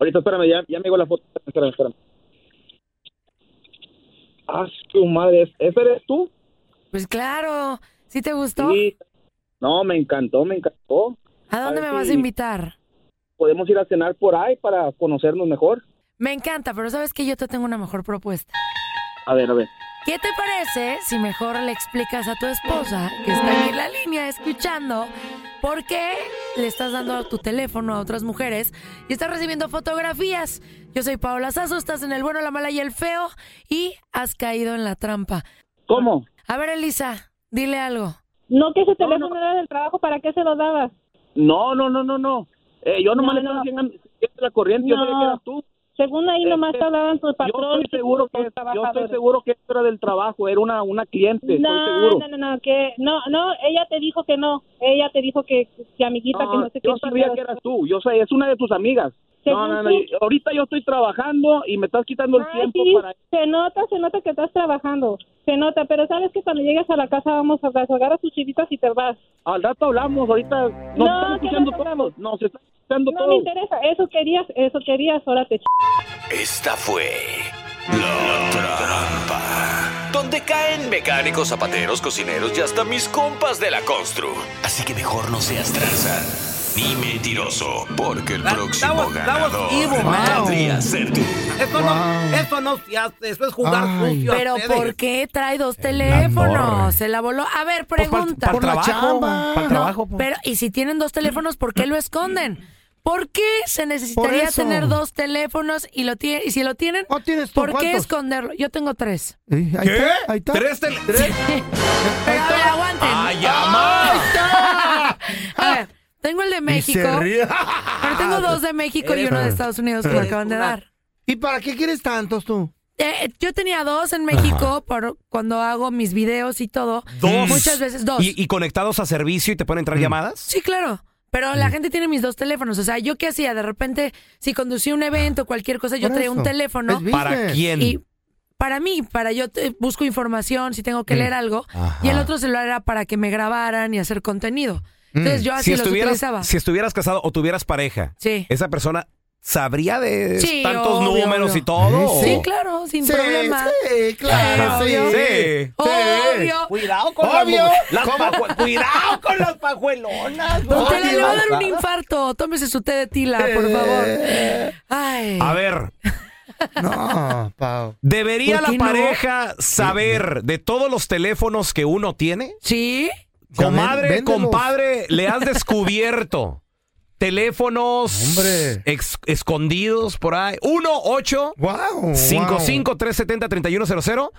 [SPEAKER 9] Ahorita, espérame, ya, ya me llegó la foto. Espérame, espérame. Ah, su madre, ¿es- ¿ese eres tú?
[SPEAKER 4] Pues claro, si te gustó?
[SPEAKER 9] Sí. No, me encantó, me encantó.
[SPEAKER 4] ¿A dónde
[SPEAKER 9] a
[SPEAKER 4] me
[SPEAKER 9] ver
[SPEAKER 4] vas a
[SPEAKER 9] si-
[SPEAKER 4] invitar?
[SPEAKER 9] Podemos ir a cenar por ahí para conocernos mejor.
[SPEAKER 4] Me encanta, pero sabes que yo te tengo una mejor propuesta.
[SPEAKER 9] A ver, a ver.
[SPEAKER 4] ¿Qué te parece si mejor le explicas a tu esposa, que está aquí en la línea escuchando, por qué le estás dando tu teléfono a otras mujeres y estás recibiendo fotografías? Yo soy Paola Sazo, estás en el bueno, la mala y el feo y has caído en la trampa.
[SPEAKER 9] ¿Cómo?
[SPEAKER 4] A ver, Elisa, dile algo.
[SPEAKER 7] No que ese teléfono era del trabajo, ¿para qué se lo dabas?
[SPEAKER 9] No, no, no, no, no. Eh, yo nomás
[SPEAKER 7] No,
[SPEAKER 9] le estaba
[SPEAKER 7] no.
[SPEAKER 9] siguiendo siguiendo la corriente, yo
[SPEAKER 7] No.
[SPEAKER 9] sabía que eras tú.
[SPEAKER 7] Según ahí nomás
[SPEAKER 9] Este,
[SPEAKER 7] te hablaban tus
[SPEAKER 9] Yo
[SPEAKER 7] patrones.
[SPEAKER 9] estoy seguro que
[SPEAKER 7] tus
[SPEAKER 9] yo estoy
[SPEAKER 7] trabajadores.
[SPEAKER 9] seguro que esto era del trabajo, era una una cliente, estoy
[SPEAKER 7] No,
[SPEAKER 9] seguro.
[SPEAKER 7] no, no, no, que no, no, ella te dijo que no, ella te dijo que, que amiguita, que no sé qué.
[SPEAKER 9] yo sabía
[SPEAKER 7] chingados.
[SPEAKER 9] que eras tú, yo sabía, es una de tus amigas. No,
[SPEAKER 7] Según
[SPEAKER 9] no, no,
[SPEAKER 7] tú.
[SPEAKER 9] yo- ahorita yo estoy trabajando y me estás quitando el
[SPEAKER 7] Ay,
[SPEAKER 9] tiempo
[SPEAKER 7] sí,
[SPEAKER 9] para...
[SPEAKER 7] Se nota, se nota que estás trabajando, se nota, pero sabes que cuando llegues a la casa vamos a agarrar tus chivitas y te vas.
[SPEAKER 9] Al rato hablamos, ahorita nos
[SPEAKER 7] No,
[SPEAKER 9] están
[SPEAKER 7] que
[SPEAKER 9] escuchando
[SPEAKER 7] no
[SPEAKER 9] todos, nos están escuchando
[SPEAKER 7] No me
[SPEAKER 9] todos.
[SPEAKER 7] interesa, eso querías, eso querías, ahora te ch...
[SPEAKER 6] Esta fue la trampa. Donde caen mecánicos, zapateros, cocineros y hasta mis compas de la constru. Así que mejor no seas tranza ni mentiroso, porque el
[SPEAKER 8] Ah,
[SPEAKER 6] próximo
[SPEAKER 8] estamos- estamos
[SPEAKER 6] ganador
[SPEAKER 8] evil, man.
[SPEAKER 6] podría ser tú.
[SPEAKER 8] Eso, no, eso no se hace, eso es jugar
[SPEAKER 2] Ay.
[SPEAKER 8] sucio.
[SPEAKER 4] Pero
[SPEAKER 8] ustedes.
[SPEAKER 4] ¿por qué trae dos teléfonos?
[SPEAKER 1] morra.
[SPEAKER 4] Se la voló. A ver,
[SPEAKER 2] Pues
[SPEAKER 1] Para
[SPEAKER 4] pregunta.
[SPEAKER 2] la
[SPEAKER 1] trabajo.
[SPEAKER 2] chamba.
[SPEAKER 1] Para
[SPEAKER 2] No,
[SPEAKER 1] trabajo. po.
[SPEAKER 4] Pero, ¿y si tienen dos teléfonos, por qué lo esconden? ¿Por qué se
[SPEAKER 2] Por
[SPEAKER 4] necesitaría
[SPEAKER 2] eso.
[SPEAKER 4] tener dos teléfonos y lo tiene, y si lo tienen,
[SPEAKER 2] ¿No tienes tú
[SPEAKER 4] ¿por qué
[SPEAKER 2] cuántos?
[SPEAKER 4] esconderlo? Yo tengo tres.
[SPEAKER 2] Sí, ahí
[SPEAKER 1] ¿Qué?
[SPEAKER 2] está, ahí está.
[SPEAKER 1] ¿Tres tele- tres?
[SPEAKER 4] Pero a ver, aguanten.
[SPEAKER 1] ¡Ay, ama!
[SPEAKER 4] A ver, tengo el de
[SPEAKER 2] Y
[SPEAKER 4] México,
[SPEAKER 2] se ríe.
[SPEAKER 4] pero tengo dos de México y uno de Estados Unidos que me acaban de dar.
[SPEAKER 2] ¿Y para qué quieres tantos tú?
[SPEAKER 4] Eh, eh, yo tenía dos en México por cuando hago mis videos y todo.
[SPEAKER 1] Dos.
[SPEAKER 4] Muchas veces dos. Mm.
[SPEAKER 1] ¿Y, y conectados a servicio y te pueden entrar llamadas?
[SPEAKER 4] Sí, claro. Pero la gente tiene mis dos teléfonos. O sea, yo qué hacía, de repente, si conducía un evento, cualquier cosa, yo
[SPEAKER 2] Por
[SPEAKER 4] traía un
[SPEAKER 2] eso.
[SPEAKER 4] teléfono.
[SPEAKER 2] Es business.
[SPEAKER 1] ¿Para quién?
[SPEAKER 4] Y para mí, para yo eh, busco información, si tengo que leer algo.
[SPEAKER 1] Ajá. Mm.
[SPEAKER 4] Y el otro celular era para que me grabaran y hacer contenido. Entonces yo así
[SPEAKER 1] si
[SPEAKER 4] los
[SPEAKER 1] estuvieras,
[SPEAKER 4] utilizaba.
[SPEAKER 1] si estuvieras casado o tuvieras pareja,
[SPEAKER 4] Sí.
[SPEAKER 1] esa persona sabría de
[SPEAKER 4] Sí,
[SPEAKER 1] tantos
[SPEAKER 4] obvio,
[SPEAKER 1] números
[SPEAKER 4] obvio.
[SPEAKER 1] y todo.
[SPEAKER 4] Sí, claro, sin
[SPEAKER 2] Sí,
[SPEAKER 4] problema.
[SPEAKER 2] sí, claro,
[SPEAKER 1] Sí.
[SPEAKER 2] sí.
[SPEAKER 1] Sí.
[SPEAKER 4] Obvio.
[SPEAKER 8] Cuidado con
[SPEAKER 2] Obvio.
[SPEAKER 8] las, las pajue- Cuidado con las pajuelonas.
[SPEAKER 4] Don Tela,
[SPEAKER 8] Oye,
[SPEAKER 4] le va a dar un
[SPEAKER 8] basta.
[SPEAKER 4] infarto. Tómese su té de tila, por favor. Ay.
[SPEAKER 1] A ver,
[SPEAKER 2] No, Pau.
[SPEAKER 1] ¿debería
[SPEAKER 4] Ah, ¿Por
[SPEAKER 1] la
[SPEAKER 4] qué no?
[SPEAKER 1] pareja saber de todos los teléfonos que uno tiene?
[SPEAKER 4] ¿Sí?
[SPEAKER 2] Ya ven,
[SPEAKER 1] Comadre,
[SPEAKER 2] véndelos.
[SPEAKER 1] compadre, le has descubierto teléfonos
[SPEAKER 2] Hombre.
[SPEAKER 1] ex- escondidos por ahí. 1 8
[SPEAKER 2] Wow.
[SPEAKER 1] 55 370 3100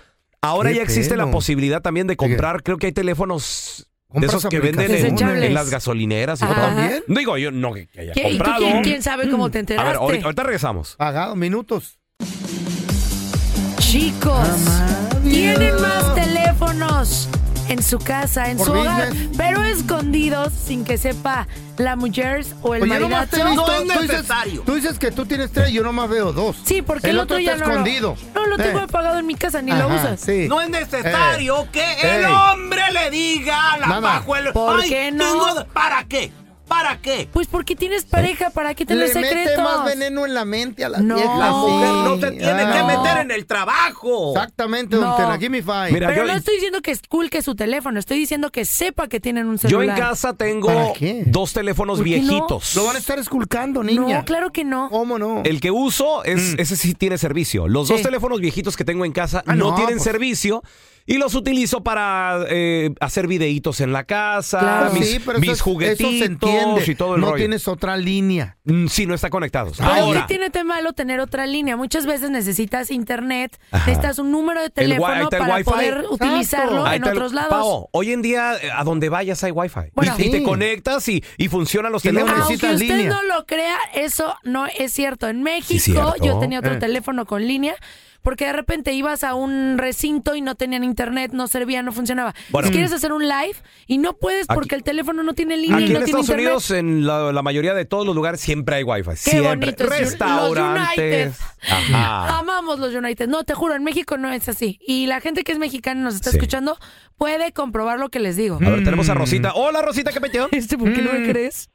[SPEAKER 1] Ahora
[SPEAKER 2] Qué
[SPEAKER 1] ya existe la
[SPEAKER 2] pedo.
[SPEAKER 1] posibilidad también de comprar, creo que hay teléfonos de
[SPEAKER 2] Compras
[SPEAKER 1] esos que venden en,
[SPEAKER 2] aplicaciones.
[SPEAKER 4] Desechables.
[SPEAKER 1] en las gasolineras y
[SPEAKER 4] Ajá.
[SPEAKER 1] todo.
[SPEAKER 2] ¿También?
[SPEAKER 1] Digo, yo no que que haya
[SPEAKER 4] ¿Qué- ¿Y tú
[SPEAKER 1] comprado.
[SPEAKER 4] quién, quién sabe cómo te
[SPEAKER 1] A
[SPEAKER 4] enteraste? Ah,
[SPEAKER 1] ver, ahorita, ahorita regresamos.
[SPEAKER 2] Pagado, minutos.
[SPEAKER 4] Chicos,
[SPEAKER 2] Ah,
[SPEAKER 4] tienen más teléfonos en su casa, en
[SPEAKER 2] Por
[SPEAKER 4] su hogar,
[SPEAKER 2] business.
[SPEAKER 4] pero escondidos sin que sepa la mujer o el
[SPEAKER 2] Oye,
[SPEAKER 4] marido.
[SPEAKER 2] nomás te he visto-
[SPEAKER 8] No es
[SPEAKER 2] tú dices-
[SPEAKER 8] necesario.
[SPEAKER 2] Tú dices que tú tienes tres, yo nomás veo dos.
[SPEAKER 4] Sí, porque el, otro, ya
[SPEAKER 2] está
[SPEAKER 4] no
[SPEAKER 2] escondido.
[SPEAKER 4] lo... No, lo tengo
[SPEAKER 2] Eh,
[SPEAKER 4] apagado en mi casa, ni lo
[SPEAKER 2] ajá,
[SPEAKER 4] usas.
[SPEAKER 2] Sí.
[SPEAKER 8] No es necesario
[SPEAKER 2] Eh,
[SPEAKER 8] que el
[SPEAKER 2] ey.
[SPEAKER 8] hombre le diga a la
[SPEAKER 2] Nada.
[SPEAKER 8] pajuelona.
[SPEAKER 4] ¿Por
[SPEAKER 8] "Ay,
[SPEAKER 4] qué no?
[SPEAKER 8] tengo- ¿Para qué? ¿Para qué?
[SPEAKER 4] Pues porque tienes pareja, ¿para qué tener
[SPEAKER 2] Le mete más
[SPEAKER 4] secretos?
[SPEAKER 2] veneno en la mente a la
[SPEAKER 4] No.
[SPEAKER 2] vieja.
[SPEAKER 8] La mujer
[SPEAKER 2] sí.
[SPEAKER 8] no se tiene
[SPEAKER 2] Ah,
[SPEAKER 8] que meter en el trabajo.
[SPEAKER 2] Exactamente,
[SPEAKER 4] No.
[SPEAKER 2] don Tela. Give me five.
[SPEAKER 1] Mira,
[SPEAKER 4] Pero
[SPEAKER 1] yo,
[SPEAKER 4] no estoy diciendo que es cool que es su teléfono, estoy diciendo que sepa que tienen un
[SPEAKER 1] yo
[SPEAKER 4] celular.
[SPEAKER 1] en casa
[SPEAKER 2] ¿Para
[SPEAKER 1] tengo
[SPEAKER 2] qué?
[SPEAKER 1] dos teléfonos
[SPEAKER 4] ¿Por qué no?
[SPEAKER 1] viejitos.
[SPEAKER 2] Lo van a estar esculcando,
[SPEAKER 4] No,
[SPEAKER 2] niña.
[SPEAKER 4] claro que no.
[SPEAKER 2] ¿Cómo no?
[SPEAKER 1] El que uso, es, ese sí tiene servicio. Los dos
[SPEAKER 4] Sí.
[SPEAKER 1] teléfonos viejitos que tengo en casa
[SPEAKER 2] Mm. Ah,
[SPEAKER 1] no,
[SPEAKER 2] no,
[SPEAKER 1] tienen
[SPEAKER 2] pues.
[SPEAKER 1] servicio y los utilizo para eh, hacer videitos en la casa,
[SPEAKER 4] Claro.
[SPEAKER 1] mis,
[SPEAKER 2] sí, pero
[SPEAKER 1] mis
[SPEAKER 2] eso, es-
[SPEAKER 1] juguetitos
[SPEAKER 2] eso se entiende.
[SPEAKER 1] y todo el
[SPEAKER 2] no
[SPEAKER 1] rollo.
[SPEAKER 2] tienes otra línea.
[SPEAKER 1] Mm, Sí, no está conectado.
[SPEAKER 4] Pero ¿qué
[SPEAKER 1] Ahora,
[SPEAKER 4] tiene de malo tener otra línea? Muchas veces necesitas internet,
[SPEAKER 1] Ajá.
[SPEAKER 4] necesitas un número de
[SPEAKER 1] El wi- ahí
[SPEAKER 4] teléfono
[SPEAKER 1] está el
[SPEAKER 4] para
[SPEAKER 1] wifi.
[SPEAKER 4] poder utilizarlo
[SPEAKER 1] ahí
[SPEAKER 4] en
[SPEAKER 1] está el-
[SPEAKER 4] otros lados.
[SPEAKER 1] Pao, hoy en día eh, a donde vayas hay wifi.
[SPEAKER 4] Bueno.
[SPEAKER 1] y, y te
[SPEAKER 2] Sí.
[SPEAKER 1] conectas y, y funcionan los
[SPEAKER 2] Y no
[SPEAKER 1] teléfonos.
[SPEAKER 4] Aunque
[SPEAKER 2] necesitas
[SPEAKER 4] usted
[SPEAKER 2] línea.
[SPEAKER 4] no lo crea, eso no es cierto. En México
[SPEAKER 1] cierto. Eh.
[SPEAKER 4] yo tenía otro teléfono con línea porque de repente ibas a un recinto y no tenían internet, no servía, no funcionaba.
[SPEAKER 1] Bueno.
[SPEAKER 4] si quieres hacer un live y no puedes
[SPEAKER 1] Aquí-
[SPEAKER 4] porque el teléfono no tiene línea
[SPEAKER 1] Aquí
[SPEAKER 4] y no
[SPEAKER 1] en
[SPEAKER 4] tiene
[SPEAKER 1] Estados
[SPEAKER 4] internet.
[SPEAKER 1] Unidos, en la, la mayoría de todos los lugares, siempre hay wifi. siempre.
[SPEAKER 4] bonito, los
[SPEAKER 1] Restaurantes.
[SPEAKER 4] United.
[SPEAKER 1] Ajá.
[SPEAKER 4] Amamos los United. No, te juro, en México no es así. Y la gente que es mexicana y nos está
[SPEAKER 1] Sí.
[SPEAKER 4] escuchando puede comprobar lo que les digo.
[SPEAKER 1] A ver, tenemos a Rosita. Hola, Rosita, ¿qué Mm. peteo?
[SPEAKER 4] Mm. ¿Este por qué no me crees?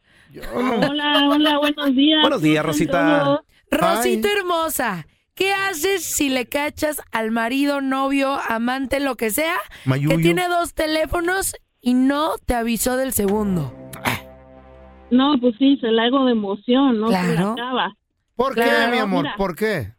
[SPEAKER 7] Hola, hola, buenos días.
[SPEAKER 1] Buenos días, Rosita.
[SPEAKER 4] Rosita hermosa, ¿qué haces si le cachas al marido, novio, amante, lo que sea,
[SPEAKER 2] Mayuyo.
[SPEAKER 4] que tiene dos teléfonos y no te avisó del segundo?
[SPEAKER 7] No, pues sí, se la hago de emoción, ¿no? Se la
[SPEAKER 4] Claro.
[SPEAKER 7] acaba.
[SPEAKER 2] ¿Por
[SPEAKER 4] Claro,
[SPEAKER 2] qué, mi amor?
[SPEAKER 7] mira. eh,
[SPEAKER 2] ¿Por qué?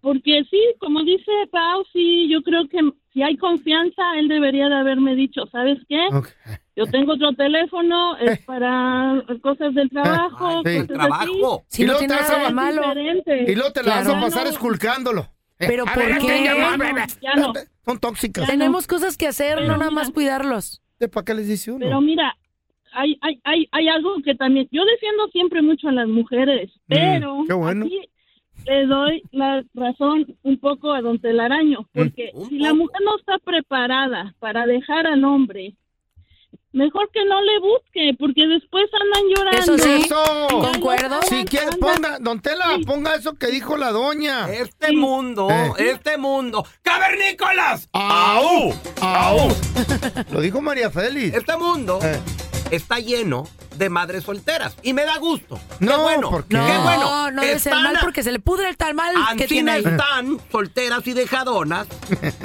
[SPEAKER 7] Porque sí, como dice Pau, sí, yo creo que si hay confianza, él debería de haberme dicho, ¿sabes qué?
[SPEAKER 2] Ok.
[SPEAKER 7] Yo tengo otro teléfono, es
[SPEAKER 2] Eh.
[SPEAKER 7] para cosas del trabajo,
[SPEAKER 2] Ay, Ah, sí.
[SPEAKER 7] cosas
[SPEAKER 8] Trabajo.
[SPEAKER 4] Si
[SPEAKER 2] Y
[SPEAKER 4] no
[SPEAKER 2] luego
[SPEAKER 4] tiene
[SPEAKER 2] te
[SPEAKER 4] nada
[SPEAKER 2] vas a
[SPEAKER 4] de
[SPEAKER 7] así.
[SPEAKER 4] malo.
[SPEAKER 7] Pues Diferente.
[SPEAKER 2] Y luego te la
[SPEAKER 4] Claro.
[SPEAKER 2] vas a pasar esculcándolo. Eh,
[SPEAKER 4] Pero
[SPEAKER 2] a
[SPEAKER 4] ¿por
[SPEAKER 2] ver,
[SPEAKER 4] qué?
[SPEAKER 2] este ya va,
[SPEAKER 7] Ya
[SPEAKER 2] ve,
[SPEAKER 7] no,
[SPEAKER 2] ve.
[SPEAKER 7] ya no.
[SPEAKER 2] Son tóxicas.
[SPEAKER 7] Ya.
[SPEAKER 4] Tenemos cosas que hacer,
[SPEAKER 7] Pero
[SPEAKER 4] no nada
[SPEAKER 7] mira.
[SPEAKER 4] más cuidarlos.
[SPEAKER 2] ¿Para qué les dice uno?
[SPEAKER 7] Pero mira, hay, hay, hay, hay algo que también, yo defiendo siempre mucho a las mujeres, pero
[SPEAKER 2] Mm, qué bueno.
[SPEAKER 7] aquí le doy la razón un poco a don
[SPEAKER 2] Mm.
[SPEAKER 7] Telaraño, porque
[SPEAKER 8] un
[SPEAKER 7] si la
[SPEAKER 8] poco.
[SPEAKER 7] mujer no está preparada para dejar al hombre, mejor que no le busque, porque después andan llorando.
[SPEAKER 4] Eso sí,
[SPEAKER 2] ¡Eso!
[SPEAKER 4] concuerdo.
[SPEAKER 2] Si quieres, ponga, don Tela, ponga eso que dijo la doña.
[SPEAKER 8] Este mundo,
[SPEAKER 2] Eh.
[SPEAKER 8] este mundo.
[SPEAKER 1] Ah,
[SPEAKER 8] ¡Cavernícolas!
[SPEAKER 2] ¡Au! ¡Au! Lo dijo María Félix.
[SPEAKER 8] Este mundo
[SPEAKER 2] Eh.
[SPEAKER 1] está lleno de madres solteras. Y me da gusto.
[SPEAKER 2] No,
[SPEAKER 1] qué bueno.
[SPEAKER 2] ¿por qué?
[SPEAKER 1] qué bueno.
[SPEAKER 4] No, no debe ser
[SPEAKER 1] Están
[SPEAKER 4] mal
[SPEAKER 1] a-
[SPEAKER 4] porque se le pudre el tal mal que tiene
[SPEAKER 1] Ancina
[SPEAKER 4] ahí.
[SPEAKER 1] están solteras y dejadonas,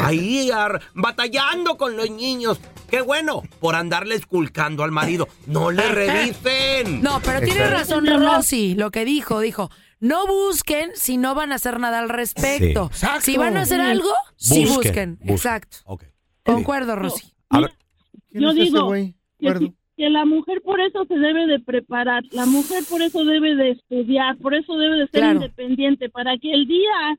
[SPEAKER 1] ahí ar- batallando con los niños. Qué bueno, por andarle esculcando al marido. No le revisen.
[SPEAKER 4] No, pero tiene
[SPEAKER 2] Exacto.
[SPEAKER 4] razón Rosy, lo que dijo, dijo, no busquen si no van a hacer nada al respecto.
[SPEAKER 2] Sí. Exacto.
[SPEAKER 4] Si van a hacer algo, sí busquen. Exacto.
[SPEAKER 1] Ok.
[SPEAKER 4] Concuerdo, Rosy.
[SPEAKER 1] A ver,
[SPEAKER 2] ¿Quién
[SPEAKER 10] Yo
[SPEAKER 2] es ese
[SPEAKER 10] digo
[SPEAKER 2] güey?
[SPEAKER 10] que,
[SPEAKER 2] Acuerdo.
[SPEAKER 10] si- que la mujer por eso se debe de preparar, la mujer por eso debe de estudiar, por eso debe de ser
[SPEAKER 4] Claro.
[SPEAKER 10] independiente, para que el día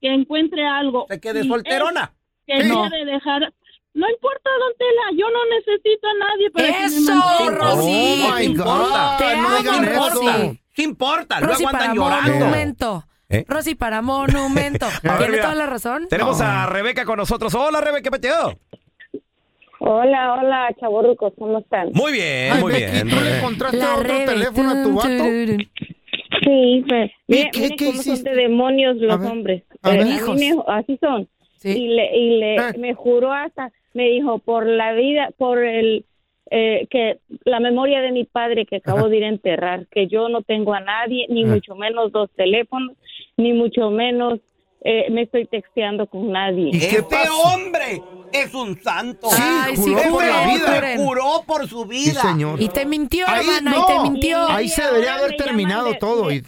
[SPEAKER 10] que encuentre algo...
[SPEAKER 1] se quede
[SPEAKER 10] y
[SPEAKER 1] solterona.
[SPEAKER 10] él Que
[SPEAKER 4] No.
[SPEAKER 10] quiere dejar... No importa, don Tela, yo no necesito a nadie para que me
[SPEAKER 4] ¡Eso,
[SPEAKER 10] mantenga.
[SPEAKER 4] Rosy!
[SPEAKER 2] Oh, my
[SPEAKER 1] No importa.
[SPEAKER 2] God.
[SPEAKER 4] Te
[SPEAKER 2] no
[SPEAKER 4] amo,
[SPEAKER 2] digan
[SPEAKER 4] Rosy.
[SPEAKER 2] eso.
[SPEAKER 1] Sí importa,
[SPEAKER 4] Rosy
[SPEAKER 1] luego
[SPEAKER 4] para
[SPEAKER 1] andan llorando.
[SPEAKER 4] monumento.
[SPEAKER 1] ¿Eh?
[SPEAKER 4] Rosy para monumento.
[SPEAKER 1] ver,
[SPEAKER 4] tiene
[SPEAKER 1] mira.
[SPEAKER 4] toda la razón.
[SPEAKER 1] Tenemos a Rebeca con nosotros. Hola, Rebeca, ¿qué peteo?
[SPEAKER 11] Hola, hola, chavorrucos, ¿cómo están?
[SPEAKER 1] Muy bien,
[SPEAKER 2] Ay,
[SPEAKER 1] muy
[SPEAKER 2] Becky,
[SPEAKER 1] bien.
[SPEAKER 2] ¿tú le
[SPEAKER 1] Rebe.
[SPEAKER 2] encontraste
[SPEAKER 4] La
[SPEAKER 2] otro
[SPEAKER 4] Rebe.
[SPEAKER 2] teléfono a tu
[SPEAKER 4] Tun,
[SPEAKER 2] vato?
[SPEAKER 4] tururun.
[SPEAKER 11] Sí, pues,
[SPEAKER 2] ¿Y
[SPEAKER 11] mire,
[SPEAKER 2] qué-
[SPEAKER 11] mire
[SPEAKER 2] qué
[SPEAKER 11] cómo son
[SPEAKER 2] hiciste?
[SPEAKER 11] de demonios los
[SPEAKER 2] ver,
[SPEAKER 11] hombres. Eh,
[SPEAKER 2] a ver.
[SPEAKER 11] mí
[SPEAKER 4] Hijos.
[SPEAKER 11] me- así son. Y
[SPEAKER 4] Sí.
[SPEAKER 11] le, y le
[SPEAKER 2] Eh.
[SPEAKER 11] me juró hasta, me dijo, por la vida, por el, eh, que la memoria de mi padre que acabo de ir a enterrar, que yo no tengo a nadie, ni
[SPEAKER 2] Ajá.
[SPEAKER 11] mucho menos dos teléfonos, ni mucho menos eh, me estoy texteando con nadie.
[SPEAKER 2] ¿Y qué
[SPEAKER 1] Este
[SPEAKER 2] pasó?
[SPEAKER 8] hombre es un santo.
[SPEAKER 2] Sí,
[SPEAKER 4] Ay, sí,
[SPEAKER 2] juró por la
[SPEAKER 4] juren,
[SPEAKER 2] vida.
[SPEAKER 4] juren.
[SPEAKER 8] Juró por su
[SPEAKER 2] Sí,
[SPEAKER 8] vida.
[SPEAKER 2] señor.
[SPEAKER 4] Y te mintió,
[SPEAKER 2] Ahí,
[SPEAKER 4] hermana,
[SPEAKER 2] no.
[SPEAKER 4] y te mintió.
[SPEAKER 2] Ahí se debería haber terminado todo y-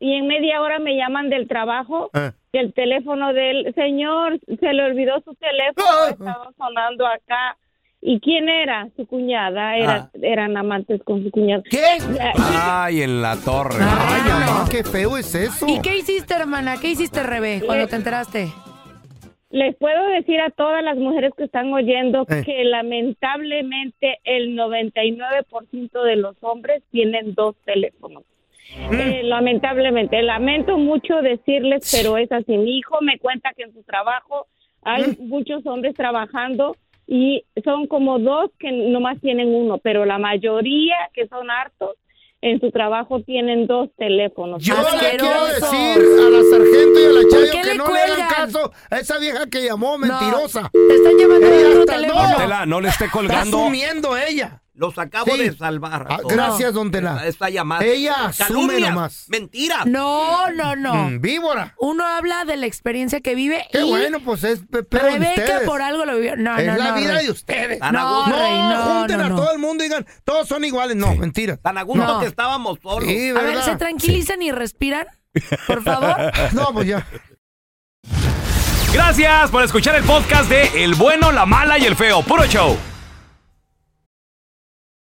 [SPEAKER 11] Y, en media hora me llaman de- de- eh, y en media hora me llaman del trabajo
[SPEAKER 2] Eh.
[SPEAKER 11] que el teléfono del señor se le olvidó su teléfono,
[SPEAKER 2] Ah.
[SPEAKER 11] estaba sonando acá. ¿Y quién era? Su cuñada, era, eran amantes con su cuñada.
[SPEAKER 2] Ah. ¿Qué? Ah.
[SPEAKER 11] Eh,
[SPEAKER 1] Ay, en la torre.
[SPEAKER 2] Ay,
[SPEAKER 4] Ah, no.
[SPEAKER 2] mamá, qué feo es eso.
[SPEAKER 4] ¿Y qué hiciste, hermana? ¿Qué hiciste, Rebe, cuando te enteraste?
[SPEAKER 11] Les puedo decir a todas las mujeres que están oyendo
[SPEAKER 2] Eh.
[SPEAKER 11] que lamentablemente el 99% de los hombres tienen dos teléfonos.
[SPEAKER 2] Mm.
[SPEAKER 11] Eh, lamentablemente, lamento mucho decirles, pero es así. Mi hijo me cuenta que en su trabajo hay
[SPEAKER 2] Mm.
[SPEAKER 11] muchos hombres trabajando y son como dos que nomás tienen uno, pero la mayoría que son hartos en su trabajo tienen dos teléfonos.
[SPEAKER 2] Yo le quiero
[SPEAKER 4] Asquerosos.
[SPEAKER 2] decir a la sargento y a la
[SPEAKER 4] qué
[SPEAKER 2] chayo que
[SPEAKER 4] le
[SPEAKER 2] no le hagan
[SPEAKER 4] cuelgan?
[SPEAKER 2] caso a esa vieja que llamó mentirosa.
[SPEAKER 4] Te están llamando
[SPEAKER 2] Ella
[SPEAKER 4] de otro
[SPEAKER 2] hasta
[SPEAKER 4] teléfono.
[SPEAKER 2] no.
[SPEAKER 1] Tela, no le esté
[SPEAKER 2] Está
[SPEAKER 1] colgando.
[SPEAKER 2] asumiendo ella.
[SPEAKER 8] Los acabo
[SPEAKER 2] Sí.
[SPEAKER 8] de salvar. a
[SPEAKER 2] Ah,
[SPEAKER 8] todos.
[SPEAKER 2] gracias, don Tela.
[SPEAKER 8] Esta- Esta llamada.
[SPEAKER 2] Ella asume
[SPEAKER 8] Calumnias,
[SPEAKER 2] nomás.
[SPEAKER 8] Mentira.
[SPEAKER 4] No, no, no.
[SPEAKER 2] Mm, víbora.
[SPEAKER 4] Uno habla de la experiencia que vive
[SPEAKER 2] Qué
[SPEAKER 4] y
[SPEAKER 2] bueno, pues es pe- pedo de
[SPEAKER 4] Rebeca
[SPEAKER 2] ustedes.
[SPEAKER 4] por algo lo vivió. No,
[SPEAKER 2] es
[SPEAKER 4] no,
[SPEAKER 2] la
[SPEAKER 4] no,
[SPEAKER 2] vida
[SPEAKER 4] Rey.
[SPEAKER 2] de ustedes.
[SPEAKER 8] Tan a
[SPEAKER 4] No,
[SPEAKER 8] gusto-
[SPEAKER 4] Rey, no,
[SPEAKER 2] junten
[SPEAKER 4] no,
[SPEAKER 2] a
[SPEAKER 4] no.
[SPEAKER 2] todo el mundo y digan, todos son iguales. No, mentira.
[SPEAKER 8] Tan a gusto
[SPEAKER 4] No.
[SPEAKER 8] que estábamos solos.
[SPEAKER 2] Sí,
[SPEAKER 4] A ver,
[SPEAKER 2] ¿verdad?
[SPEAKER 4] ¿se tranquilizan y respiran? Por favor.
[SPEAKER 2] No, pues ya.
[SPEAKER 1] Gracias por escuchar el podcast de El bueno, la mala y el feo. Puro show.